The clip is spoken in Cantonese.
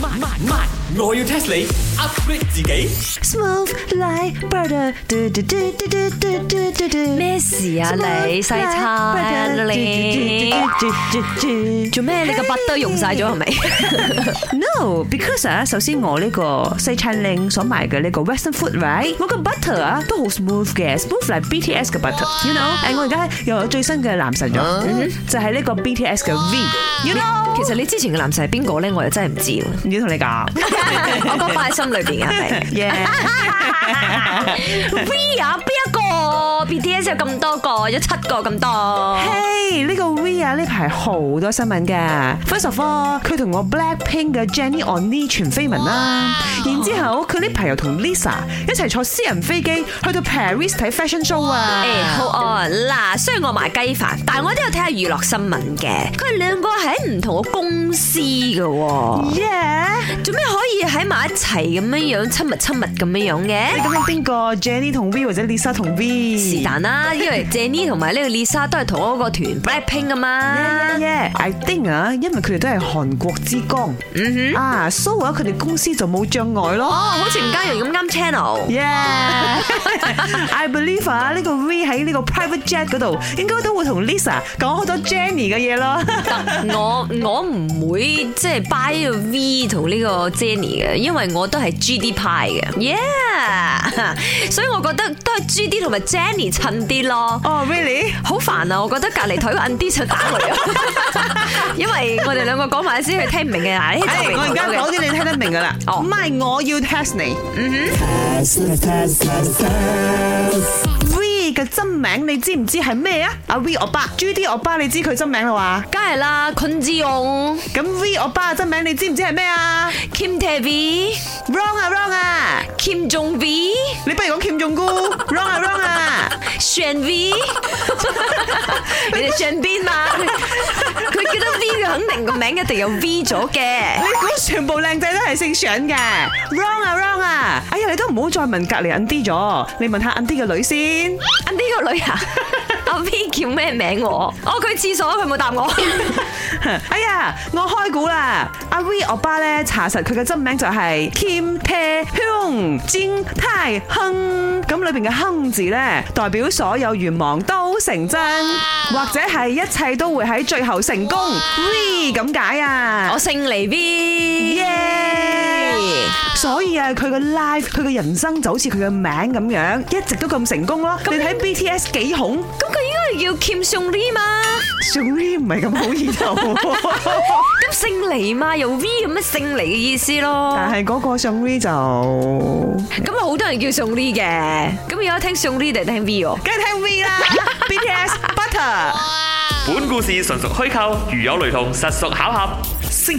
慢慢慢，我要 test 你 upgrade 自己。 Smooth like butter，嘟嘟嘟嘟嘟嘟嘟嘟嘟。咩事啊 Smooth 你 like 細餐啊 butter，你嘟嘟嘟嘟嘟嘟做咩？你個筆都用晒咗係咪？ ？No，because 啊，首先我呢個西餐令所賣嘅呢個 Western food right，我個 butter 啊都好 smooth 嘅，smooth like BTS 嘅 butter，you know？誒，我而家又有最新嘅男神咗，就係呢個 BTS 嘅 V，you know？其實你之前嘅男神係邊個咧？我又真係唔知 唔喎。要同你講我個塊心裏邊嘅係咪，yeah。 ？V 啊，邊一個？BTS 有咁多個，有七個咁多。嘿，呢個 V 啊，呢排好多新聞㗎。First of all，佢同我 Blackpink 嘅 Jennie Oni 傳緋聞啦。然之後佢呢排又同 Lisa 一齊坐私人飛機去到 Paris 睇 fashion show 啊。誒，好啊！嗱，雖然我賣雞飯，但係我都有睇下娛樂新聞嘅。佢哋兩個喺唔同嘅公司嘅喎， Yeah，做咩可以喺埋一齊咁樣樣親密親密咁樣樣嘅？你咁諗邊個 Jennie 同 V 或者 Lisa 同 V？是但嗯啦，因為 Jennie 同埋呢個 Lisa 都係同一個團 Blackpink 啊嘛。 Yeah，I think 啊，因為佢哋都係韓國之光。嗯哼。啊，so 啊，佢哋公司就冇障礙咯。哦，好似吳家陽咁啱 channel。 Yeah，I believe 啊，呢個 V 喺呢個 private jet 嗰度，應該都會同 Lisa 講好多 Jenny 嘅嘢咯。 我我唔會即係 buy 個 V 同呢個 Jenny 嘅，因為我都係 GD 派嘅，yeah，所以 我覺得都係 GD 同埋 Jenny 襯啲咯。哦，really？好煩啊！我覺得隔離台個 N D 想打 雷啊，因為我哋兩個講埋先，佢聽唔明嘅。嗱，呢誒，哎我而家講講啲你聽得明噶啦。哦唔係，我要嗯 test 你。V 嘅真名你知唔知係咩啊？阿 V 我爸，Judy 我爸，你知佢真名啦話。梗係啦，昆志勇、咁 V 我爸嘅真名你知唔知係咩啊 Kim Tae V、 ？Wrong 啊，wrong 啊！ Kim Jong V、你不如講 Kim Jong Un。Wrong 啊，wrong 啊！ Shan V，你哋 Shan 邊嘛？佢叫得 V 嘅，肯定個名一定有 V 咗嘅。你估全部靚仔都係姓上嘅？Wrong 啊 wrong 啊！哎呀，你都唔好再問隔離 Andy 咗，你問下 Andy 嘅女先。 啊呢個女啊，阿 V 叫咩名我？哦，佢廁所佢冇答我。哎呀，我開估啦！阿 V 我爸咧查實佢嘅真名就係 Kim Tae Hyung 金泰亨，咁裏邊嘅亨字咧代表所有願望都成真，或者係一切都會喺最後成功。V 咁解啊我！姓黎 V。耶！所以啊，佢嘅 life，佢嘅人生就好似佢嘅名咁樣，一直都咁成功咯。你睇 BTS 幾紅咁佢應該係叫 Kim Jong V 嘛？ ，Sorry 唔係咁好意 頭。咁姓黎嘛，有 V 咁咩姓黎嘅意思咯。但係嗰個 Sorry 就，咁啊，好多人叫宋 Lee 嘅。咁而家聽宋 Lee 定聽 V 喎？梗係聽 V 啦，BTS Butter。本故事純屬虛構，如有雷同，實屬巧合。星